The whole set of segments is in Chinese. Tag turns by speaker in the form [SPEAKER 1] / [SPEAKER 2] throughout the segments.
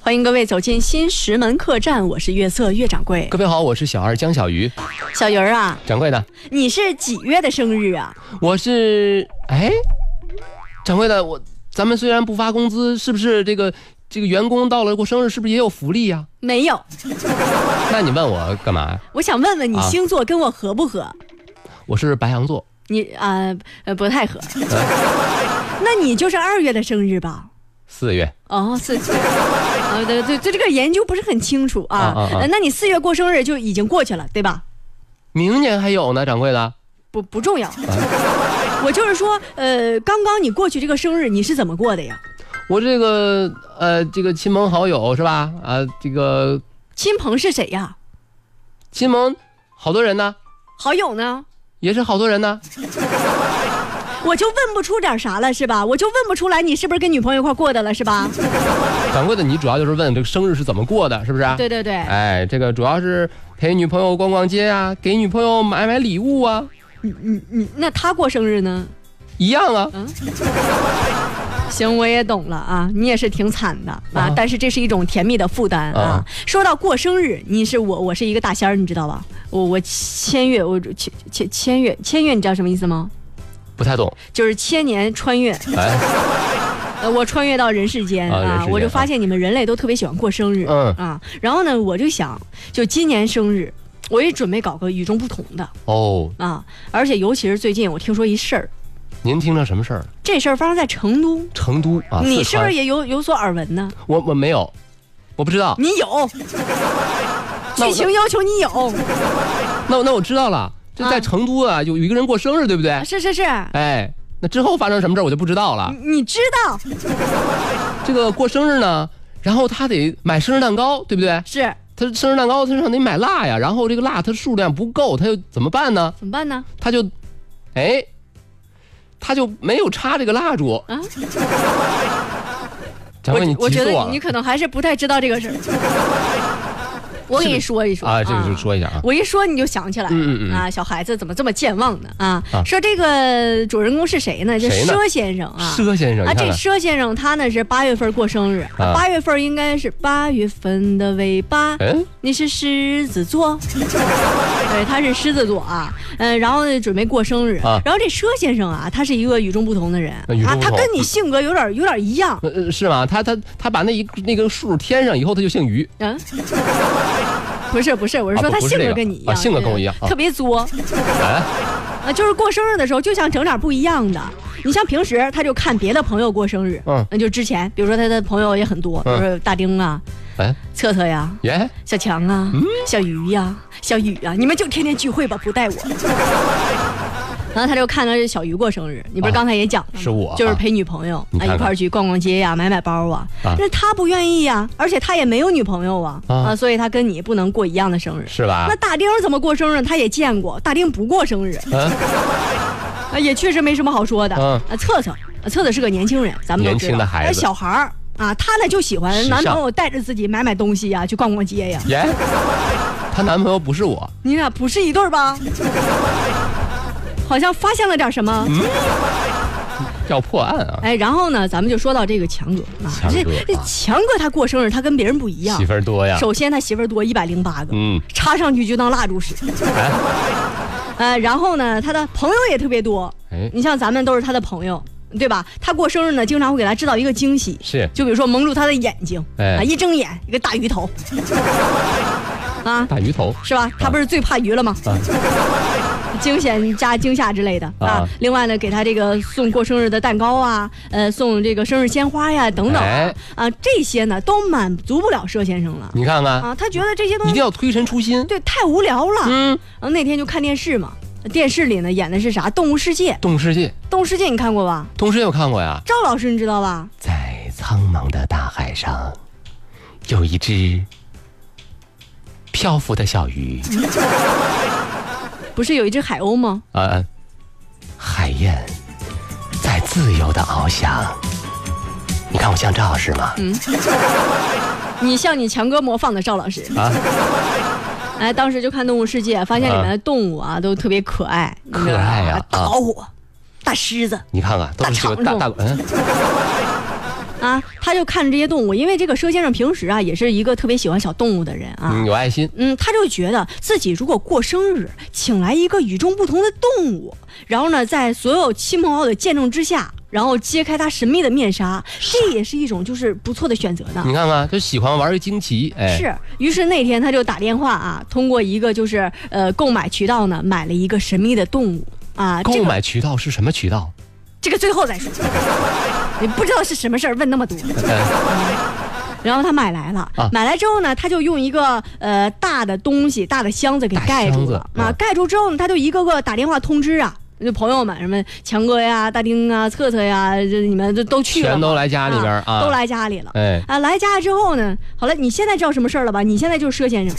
[SPEAKER 1] 欢迎各位走进新石门客栈，我是月色月掌柜。
[SPEAKER 2] 各位好，我是小二江小鱼，
[SPEAKER 1] 小鱼儿啊，
[SPEAKER 2] 掌柜的，
[SPEAKER 1] 你是几月的生日啊？
[SPEAKER 2] 我是哎，掌柜的，我咱们虽然不发工资，是不是这个这个员工到了过生日是不是也有福利呀、
[SPEAKER 1] 没有，
[SPEAKER 2] 那你问我干嘛？
[SPEAKER 1] 我想问问你
[SPEAKER 2] 啊
[SPEAKER 1] 星座跟我合不合？
[SPEAKER 2] 我是白羊座，
[SPEAKER 1] 你啊呃不 太合。那你就是二月的生日吧？
[SPEAKER 2] 四月
[SPEAKER 1] 哦， 四。啊，对对对，这个研究不是很清楚啊。
[SPEAKER 2] 啊啊啊
[SPEAKER 1] 呃那你四月过生日就已经过去了，对吧？
[SPEAKER 2] 明年还有呢，掌柜的。
[SPEAKER 1] 不不重要。 我就是说，呃，刚刚你过去这个生日你是怎么过的呀？
[SPEAKER 2] 我这个呃，这个亲朋好友是吧？啊、这个
[SPEAKER 1] 亲朋是谁呀？
[SPEAKER 2] 亲朋好多人呢，
[SPEAKER 1] 好友呢？
[SPEAKER 2] 也是好多人呢。
[SPEAKER 1] 我就问不出点啥了是吧？我就问不出来你是不是跟女朋友一块过的了是吧？
[SPEAKER 2] 掌柜的，你主要就是问这个生日是怎么过的，是不是、啊？
[SPEAKER 1] 对对对，
[SPEAKER 2] 哎，这个主要是陪女朋友逛逛街啊，给女朋友买买礼物啊，
[SPEAKER 1] 嗯，那他过生日呢？
[SPEAKER 2] 一样啊。
[SPEAKER 1] 嗯行，我也懂了啊，你也是挺惨的啊
[SPEAKER 2] 啊，
[SPEAKER 1] 但是这是一种甜蜜的负担啊
[SPEAKER 2] 啊。
[SPEAKER 1] 说到过生日，你是我，我是一个大仙儿，你知道吧？我我签约，我签签签约签约，你知道什么意思吗？
[SPEAKER 2] 不太懂，
[SPEAKER 1] 就是千年穿越，
[SPEAKER 2] 哎，
[SPEAKER 1] 呃，我穿越到人世间
[SPEAKER 2] 啊人世
[SPEAKER 1] 啊，
[SPEAKER 2] 间
[SPEAKER 1] 我就发现你们人类都特别喜欢过生日
[SPEAKER 2] 嗯
[SPEAKER 1] 啊，然后呢，我就想，就今年生日，我也准备搞个与众不同的
[SPEAKER 2] 哦，
[SPEAKER 1] 啊，而且尤其是最近我听说一事儿，
[SPEAKER 2] 您听着什么事儿了？
[SPEAKER 1] 这事儿发生在成都，
[SPEAKER 2] 成都啊，
[SPEAKER 1] 你
[SPEAKER 2] 四
[SPEAKER 1] 是不
[SPEAKER 2] 川
[SPEAKER 1] 是也有有所耳闻呢？
[SPEAKER 2] 我我没有，我不知道。
[SPEAKER 1] 你 有，剧情要求你有，
[SPEAKER 2] 那那我知道了，这
[SPEAKER 1] 啊
[SPEAKER 2] 在成都啊，有有一个人过生日，对不对？
[SPEAKER 1] 是是是，
[SPEAKER 2] 哎，那之后发生什么事儿我就不知道了。
[SPEAKER 1] 你知道
[SPEAKER 2] 这个过生日呢，然后他得买生日蛋糕，对不对？
[SPEAKER 1] 是
[SPEAKER 2] 他生日蛋糕他上得买蜡呀，然后这个蜡它数量不够，他又怎么办呢？
[SPEAKER 1] 怎么办呢？
[SPEAKER 2] 他就，哎，他就没有插这个蜡烛
[SPEAKER 1] 啊。
[SPEAKER 2] 掌柜，你啊
[SPEAKER 1] 我
[SPEAKER 2] 急
[SPEAKER 1] 觉
[SPEAKER 2] 死我
[SPEAKER 1] 得
[SPEAKER 2] 了
[SPEAKER 1] 你可能还是不太知道这个事儿，我给你说一说
[SPEAKER 2] 啊！这个就说一下啊，
[SPEAKER 1] 我一说你就想起来了、
[SPEAKER 2] 嗯嗯嗯
[SPEAKER 1] 啊，小孩子怎么这么健忘呢啊？
[SPEAKER 2] 啊
[SPEAKER 1] 说这个主人公是谁呢？这
[SPEAKER 2] 谁呢
[SPEAKER 1] 佘先生啊。
[SPEAKER 2] 佘先生，
[SPEAKER 1] 啊，
[SPEAKER 2] 你看
[SPEAKER 1] 这
[SPEAKER 2] 看
[SPEAKER 1] 佘先生他呢是八月份过生日，
[SPEAKER 2] 啊
[SPEAKER 1] 八、月份应该是八月份的尾巴。
[SPEAKER 2] 嗯，
[SPEAKER 1] 你是狮子 座，对，他是狮子座啊，嗯、然后呢准备过生日，
[SPEAKER 2] 啊
[SPEAKER 1] 然后这佘先生啊，他是一个与众不同的人
[SPEAKER 2] 呃与众
[SPEAKER 1] 啊，
[SPEAKER 2] 不
[SPEAKER 1] 他
[SPEAKER 2] 同
[SPEAKER 1] 跟你性格有点有点一样，
[SPEAKER 2] 呃呃是吗？他他他把那一那个数添上以后，他就姓于。
[SPEAKER 1] 嗯， 不是不是，我是
[SPEAKER 2] 啊
[SPEAKER 1] 说
[SPEAKER 2] 不
[SPEAKER 1] 他
[SPEAKER 2] 不是
[SPEAKER 1] 性
[SPEAKER 2] 这
[SPEAKER 1] 格
[SPEAKER 2] 个
[SPEAKER 1] 跟你一样，
[SPEAKER 2] 啊性格跟我一样
[SPEAKER 1] 对
[SPEAKER 2] 啊
[SPEAKER 1] 特别作，
[SPEAKER 2] 哎，
[SPEAKER 1] 啊，就是过生日的时候就想整点不一样的。你像平时他就看别的朋友过生日，
[SPEAKER 2] 嗯
[SPEAKER 1] 那就之前，比如说他的朋友也很多，比如说大丁啊、
[SPEAKER 2] 哎，
[SPEAKER 1] 策策呀、
[SPEAKER 2] 耶，
[SPEAKER 1] 小强啊、
[SPEAKER 2] 嗯
[SPEAKER 1] 小鱼呀、小雨啊，你们就天天聚会吧，不 带我。然后他就看到这小鱼过生日，你不是
[SPEAKER 2] 啊
[SPEAKER 1] 刚才也讲了吗、
[SPEAKER 2] 是我啊
[SPEAKER 1] 就是陪女朋友
[SPEAKER 2] 你看
[SPEAKER 1] 啊
[SPEAKER 2] 看
[SPEAKER 1] 一块儿去逛逛街呀、买买包啊。
[SPEAKER 2] 啊
[SPEAKER 1] 但是他不愿意呀、而且他也没有女朋友啊
[SPEAKER 2] 啊
[SPEAKER 1] 所以他跟你不能过一样的生日。
[SPEAKER 2] 是啊吧
[SPEAKER 1] 那？大丁儿怎么过生日？他也见过，大丁不过生日，
[SPEAKER 2] 嗯，
[SPEAKER 1] 啊，也确实没什么好说的。
[SPEAKER 2] 嗯
[SPEAKER 1] 啊，策策，啊策策是个年轻人，咱们都知道，
[SPEAKER 2] 年轻的孩子
[SPEAKER 1] 哎小孩儿啊，他呢就喜欢
[SPEAKER 2] 时尚
[SPEAKER 1] 男朋友带着自己买买东西呀、去逛逛街呀、
[SPEAKER 2] 耶，她男朋友不是我，
[SPEAKER 1] 你俩不是一对儿吧？ 好像发现了点什么，
[SPEAKER 2] 嗯要破案啊！
[SPEAKER 1] 哎，然后呢，咱们就说到这个强哥啊，
[SPEAKER 2] 强哥
[SPEAKER 1] 这
[SPEAKER 2] 啊
[SPEAKER 1] 这强哥他过生日，他跟别人不一样
[SPEAKER 2] 媳。妇儿多呀，
[SPEAKER 1] 首先他媳妇儿多一百零八个，
[SPEAKER 2] 嗯，
[SPEAKER 1] 插上去就当蜡烛 使。
[SPEAKER 2] 哎
[SPEAKER 1] 呃，然后呢，他的朋友也特别多，
[SPEAKER 2] 哎，
[SPEAKER 1] 你像咱们都是他的朋友，对吧？他过生日呢，经常会给他制造一个惊喜，
[SPEAKER 2] 是
[SPEAKER 1] 就比如说蒙住他的眼睛，
[SPEAKER 2] 哎
[SPEAKER 1] 啊，一睁眼一个大鱼头，啊，
[SPEAKER 2] 大鱼头，
[SPEAKER 1] 是吧？他不是最怕鱼了吗？
[SPEAKER 2] 啊
[SPEAKER 1] 惊险加惊吓之类的啊
[SPEAKER 2] 啊
[SPEAKER 1] 另外呢，给他这个送过生日的蛋糕啊，呃，送这个生日鲜花呀等等啊、
[SPEAKER 2] 哎
[SPEAKER 1] 啊，这些呢都满足不了佘先生了
[SPEAKER 2] 你看看，
[SPEAKER 1] 啊，他觉得这些东
[SPEAKER 2] 一定
[SPEAKER 1] 西
[SPEAKER 2] 要推陈出新。
[SPEAKER 1] 对太无聊了。
[SPEAKER 2] 嗯，
[SPEAKER 1] 然后那天就看电视嘛，电视里呢演的是啥？动物世界《
[SPEAKER 2] 《动物世界》，《
[SPEAKER 1] 动物世界》你看过吧？
[SPEAKER 2] 动物世界》我看过呀。
[SPEAKER 1] 赵老师你知道吧？
[SPEAKER 2] 在苍茫的大海上，有一只漂浮的小鱼，
[SPEAKER 1] 不是有一只海鸥吗？
[SPEAKER 2] 啊，海燕在自由的翱翔。你看我像赵老师吗？
[SPEAKER 1] 嗯你像你强哥模仿的赵老师
[SPEAKER 2] 啊，
[SPEAKER 1] 哎，当时就看《动物世界》，发现里面的动物啊都特别可爱，你知道吧
[SPEAKER 2] 可爱呀
[SPEAKER 1] 大
[SPEAKER 2] 啊
[SPEAKER 1] 老虎、大狮子
[SPEAKER 2] 呃你看看，都是这个大大嗯，
[SPEAKER 1] 啊，他就看着这些动物，因为这个佘先生平时啊也是一个特别喜欢小动物的人啊，
[SPEAKER 2] 嗯，有爱心，
[SPEAKER 1] 嗯，他就觉得自己如果过生日，请来一个与众不同的动物，然后呢，在所有亲朋好友的见证之下，然后揭开他神秘的面纱，这也是一种就是不错的选择呢。
[SPEAKER 2] 你看看，就喜欢玩惊奇，哎，
[SPEAKER 1] 是，于是那天他就打电话啊，通过一个就是呃购买渠道呢，买了一个神秘的动物啊，这
[SPEAKER 2] 购
[SPEAKER 1] 个
[SPEAKER 2] 买渠道是什么渠道？
[SPEAKER 1] 这个最后再说， 你不知道是什么事儿，问那么多。
[SPEAKER 2] 哎
[SPEAKER 1] 然后他买来了，
[SPEAKER 2] 啊
[SPEAKER 1] 买来之后呢，他就用一个呃大的东西、大的箱子给
[SPEAKER 2] 大
[SPEAKER 1] 盖
[SPEAKER 2] 箱
[SPEAKER 1] 住
[SPEAKER 2] 子
[SPEAKER 1] 了
[SPEAKER 2] 啊
[SPEAKER 1] 啊，盖住之后呢，他就一个个打电话通知啊，就朋友们什么强哥呀、大丁啊、策策呀，这你们这都去了嘛，
[SPEAKER 2] 全都来家里边儿啊
[SPEAKER 1] 都来家里了。
[SPEAKER 2] 哎，
[SPEAKER 1] 啊，来家之后呢，好了，你现在知道什么事儿了吧？你现在就是佘先生，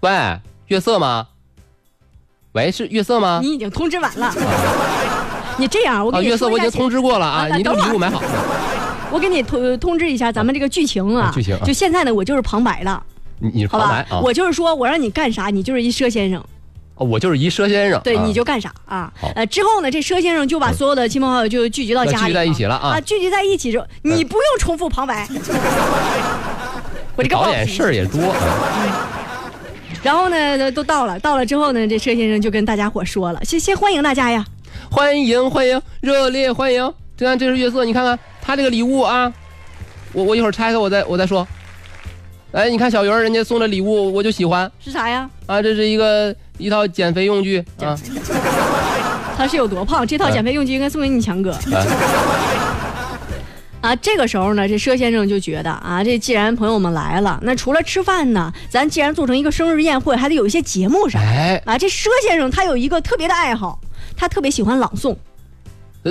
[SPEAKER 2] 喂，月色吗？喂，是月色吗？
[SPEAKER 1] 你已经通知完了。 你这样，我
[SPEAKER 2] 啊，
[SPEAKER 1] 给
[SPEAKER 2] 月
[SPEAKER 1] 你
[SPEAKER 2] 色，
[SPEAKER 1] 说
[SPEAKER 2] 我
[SPEAKER 1] 一
[SPEAKER 2] 已
[SPEAKER 1] 下
[SPEAKER 2] 经
[SPEAKER 1] 情
[SPEAKER 2] 通知过了啊，
[SPEAKER 1] 啊那
[SPEAKER 2] 你这个
[SPEAKER 1] 等会
[SPEAKER 2] 礼
[SPEAKER 1] 儿
[SPEAKER 2] 物买好。
[SPEAKER 1] 我给你通呃通知一下咱们这个剧情啊
[SPEAKER 2] 啊，剧情啊
[SPEAKER 1] 就现在呢，我就是旁白了，
[SPEAKER 2] 你你是
[SPEAKER 1] 好
[SPEAKER 2] 旁白
[SPEAKER 1] 吧？
[SPEAKER 2] 啊？
[SPEAKER 1] 我就是说我让你干啥，你就是一佘先生，
[SPEAKER 2] 哦我就是一佘先生，
[SPEAKER 1] 对，
[SPEAKER 2] 啊
[SPEAKER 1] 你就干啥啊
[SPEAKER 2] 好？
[SPEAKER 1] 呃，之后呢，这佘先生就把所有的亲朋好友就聚集到
[SPEAKER 2] 那
[SPEAKER 1] 家
[SPEAKER 2] 聚
[SPEAKER 1] 里
[SPEAKER 2] 在一起了啊嗯
[SPEAKER 1] 啊，聚集在一起之后，你不用重复旁 白，我这个
[SPEAKER 2] 导
[SPEAKER 1] 暴
[SPEAKER 2] 演
[SPEAKER 1] 脾气
[SPEAKER 2] 事儿也多。啊
[SPEAKER 1] 然后呢，都都到了，到了之后呢，这佘先生就跟大家伙说了，先先欢迎大家呀，
[SPEAKER 2] 欢迎欢迎，热烈欢迎！这看这是月色，你看看他这个礼物啊，我我一会儿拆开我再我再说。哎，你看小圆儿人家送的礼物，我就喜欢
[SPEAKER 1] 是啥呀？
[SPEAKER 2] 啊，这是一个一套减肥用具啊。
[SPEAKER 1] 他是有多胖？这套
[SPEAKER 2] 嗯
[SPEAKER 1] 减肥用具应该送给你强哥。
[SPEAKER 2] 啊
[SPEAKER 1] 啊，这个时候呢，这佘先生就觉得啊，这既然朋友们来了，那除了吃饭呢，咱既然做成一个生日宴会，还得有一些节目啥的
[SPEAKER 2] 哎，
[SPEAKER 1] 啊。这佘先生他有一个特别的爱好，他特别喜欢朗诵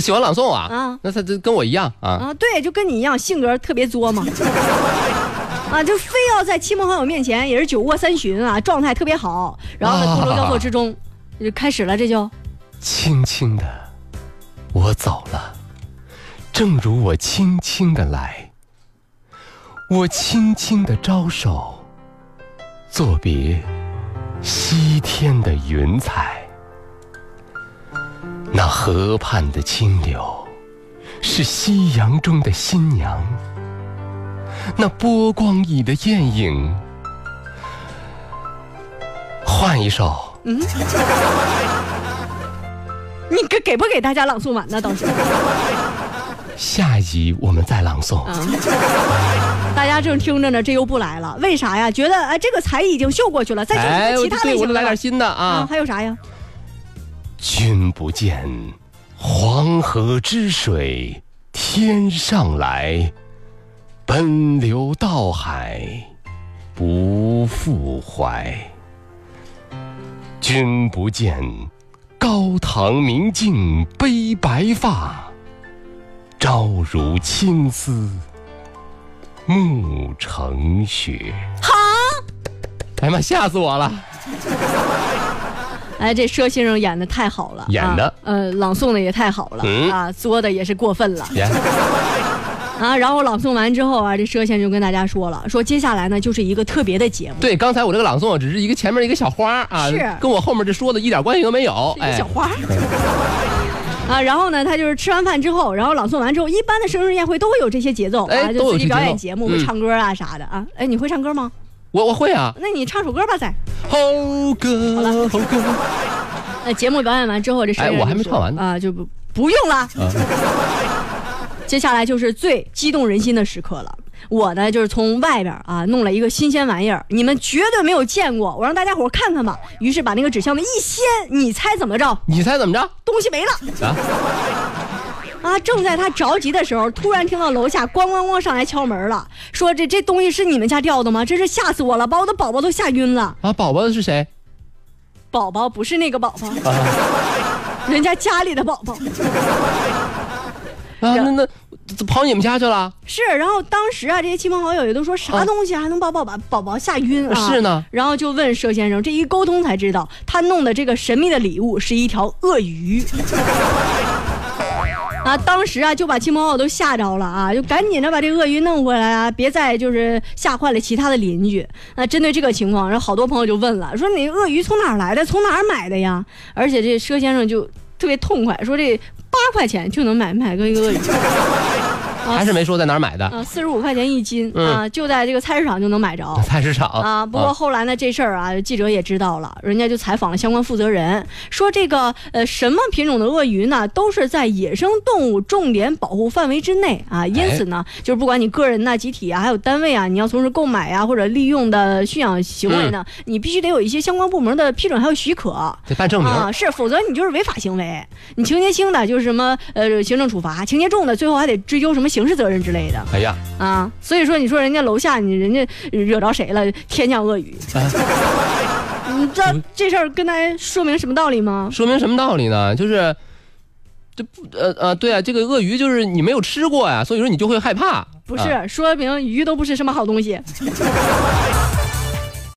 [SPEAKER 2] 喜欢朗诵啊？
[SPEAKER 1] 啊
[SPEAKER 2] 那他这跟我一样啊。
[SPEAKER 1] 啊，对，就跟你一样，性格特别作 嘛。啊，就非要在亲朋好友面前，也是酒过三巡啊，状态特别好，然后呢，
[SPEAKER 2] 啊
[SPEAKER 1] 轱辘交 错之中，就开始了，这就
[SPEAKER 2] 轻轻的，我走了，正如我轻轻的来，我轻轻的招手，作别西天的云彩。那河畔的清流，是夕阳中的新娘；那波光里的艳影，换一首。
[SPEAKER 1] 你给给不给大家朗诵完呢？倒是。
[SPEAKER 2] 下一集我们再朗诵。
[SPEAKER 1] 大家正听着呢，这又不来了，为啥呀？觉得哎，这个才艺已经秀过去了，再
[SPEAKER 2] 哎，
[SPEAKER 1] 整
[SPEAKER 2] 我
[SPEAKER 1] 其他
[SPEAKER 2] 对
[SPEAKER 1] 类
[SPEAKER 2] 我
[SPEAKER 1] 型
[SPEAKER 2] 就
[SPEAKER 1] 的
[SPEAKER 2] 来
[SPEAKER 1] 吧
[SPEAKER 2] 点新的
[SPEAKER 1] 啊，
[SPEAKER 2] 啊！
[SPEAKER 1] 还有啥呀？
[SPEAKER 2] 君不见黄河之水天上来，奔流到海不复怀。君不见高堂明镜悲白发，朝如青丝暮成雪。哈！哎呀妈，吓死我了！
[SPEAKER 1] 哎，这佘先生演的太好了，
[SPEAKER 2] 演的
[SPEAKER 1] 啊呃，朗诵的也太好了、
[SPEAKER 2] 嗯
[SPEAKER 1] 啊，作的也是过分了
[SPEAKER 2] 耶、
[SPEAKER 1] 啊。然后朗诵完之后啊，这佘先生就跟大家说了，说接下来呢就是一个特别的节目，
[SPEAKER 2] 对，刚才我这个朗诵只是一个前面一个小花啊，
[SPEAKER 1] 是
[SPEAKER 2] 跟我后面这说的一点关系都没有。哎
[SPEAKER 1] 一个小花。 啊，然后呢，他就是吃完饭之后，然后朗诵完之后，一般的生日宴会都会有这些节奏，
[SPEAKER 2] 哎
[SPEAKER 1] 啊，
[SPEAKER 2] 都
[SPEAKER 1] 就自
[SPEAKER 2] 有
[SPEAKER 1] 己
[SPEAKER 2] 这节奏
[SPEAKER 1] 表演节目，
[SPEAKER 2] 嗯
[SPEAKER 1] 会唱歌啊啥的啊。哎，你会唱歌吗？
[SPEAKER 2] 我我会啊，
[SPEAKER 1] 那你唱首歌吧，再。
[SPEAKER 2] 猴哥，猴哥，
[SPEAKER 1] 呃，节目表演完之后，这事
[SPEAKER 2] 哎我还没唱完呢
[SPEAKER 1] 啊、就不不用了。 接下来就是最激动人心的时刻了。我呢，就是从外边啊弄了一个新鲜玩意儿，你们绝对没有见过，我让大家伙儿看看吧。于是把那个纸箱子一掀，你猜怎么着？
[SPEAKER 2] 你猜怎么着？
[SPEAKER 1] 东西没了
[SPEAKER 2] 啊！
[SPEAKER 1] 啊！正在他着急的时候，突然听到楼下咣咣咣上来敲门了，说这这东西是你们家掉的吗？真是吓死我了，把我的宝宝都吓晕了。
[SPEAKER 2] 啊，宝宝是谁？
[SPEAKER 1] 宝宝不是那个宝宝，人家家里的宝宝。
[SPEAKER 2] 啊，那那跑你们家去了？
[SPEAKER 1] 是，然后当时啊，这些亲朋好友也都说
[SPEAKER 2] 啊
[SPEAKER 1] 啥东西还能把宝宝宝宝吓晕啊？
[SPEAKER 2] 是呢。
[SPEAKER 1] 然后就问佘先生，这一沟通才知道，他弄的这个神秘的礼物是一条鳄鱼。 啊，当时啊就把亲朋好友都吓着了啊，就赶紧的把这鳄鱼弄回来啊，别再就是吓坏了其他的邻居。那、针对这个情况，然后好多朋友就问了，说你鳄鱼从哪儿来的，从哪儿买的呀？而且这佘先生就特别痛快，说这八块钱就能买买个鳄鱼，
[SPEAKER 2] 还是没说在哪儿买的。
[SPEAKER 1] 啊，四十五块钱一斤、啊，就在这个菜市场就能买着。
[SPEAKER 2] 菜市场
[SPEAKER 1] 啊，不过后来呢，这事儿啊，记者也知道了，人家就采访了相关负责人，说这个呃什么品种的鳄鱼呢，都是在野生动物重点保护范围之内啊，因此呢，就是不管你个人呐、集体啊，还有单位啊，你要从事购买啊或者利用的驯养行为呢，你必须得有一些相关部门的批准还有许可啊，
[SPEAKER 2] 得办证明。
[SPEAKER 1] 是，否则你就是违法行为。你情节轻的就是什么呃行政处罚，情节重的最后还得追究什么刑事责任之类的。
[SPEAKER 2] 哎呀，
[SPEAKER 1] 啊，所以说你说人家楼下你人家惹着谁了，天降鳄鱼，你知道这事儿跟大家说明什么道理吗？
[SPEAKER 2] 说明什么道理呢？就是，这不呃呃，对啊，这个鳄鱼就是你没有吃过呀、所以说你就会害怕。
[SPEAKER 1] 不是，
[SPEAKER 2] 啊
[SPEAKER 1] 说明鱼都不是什么好东西。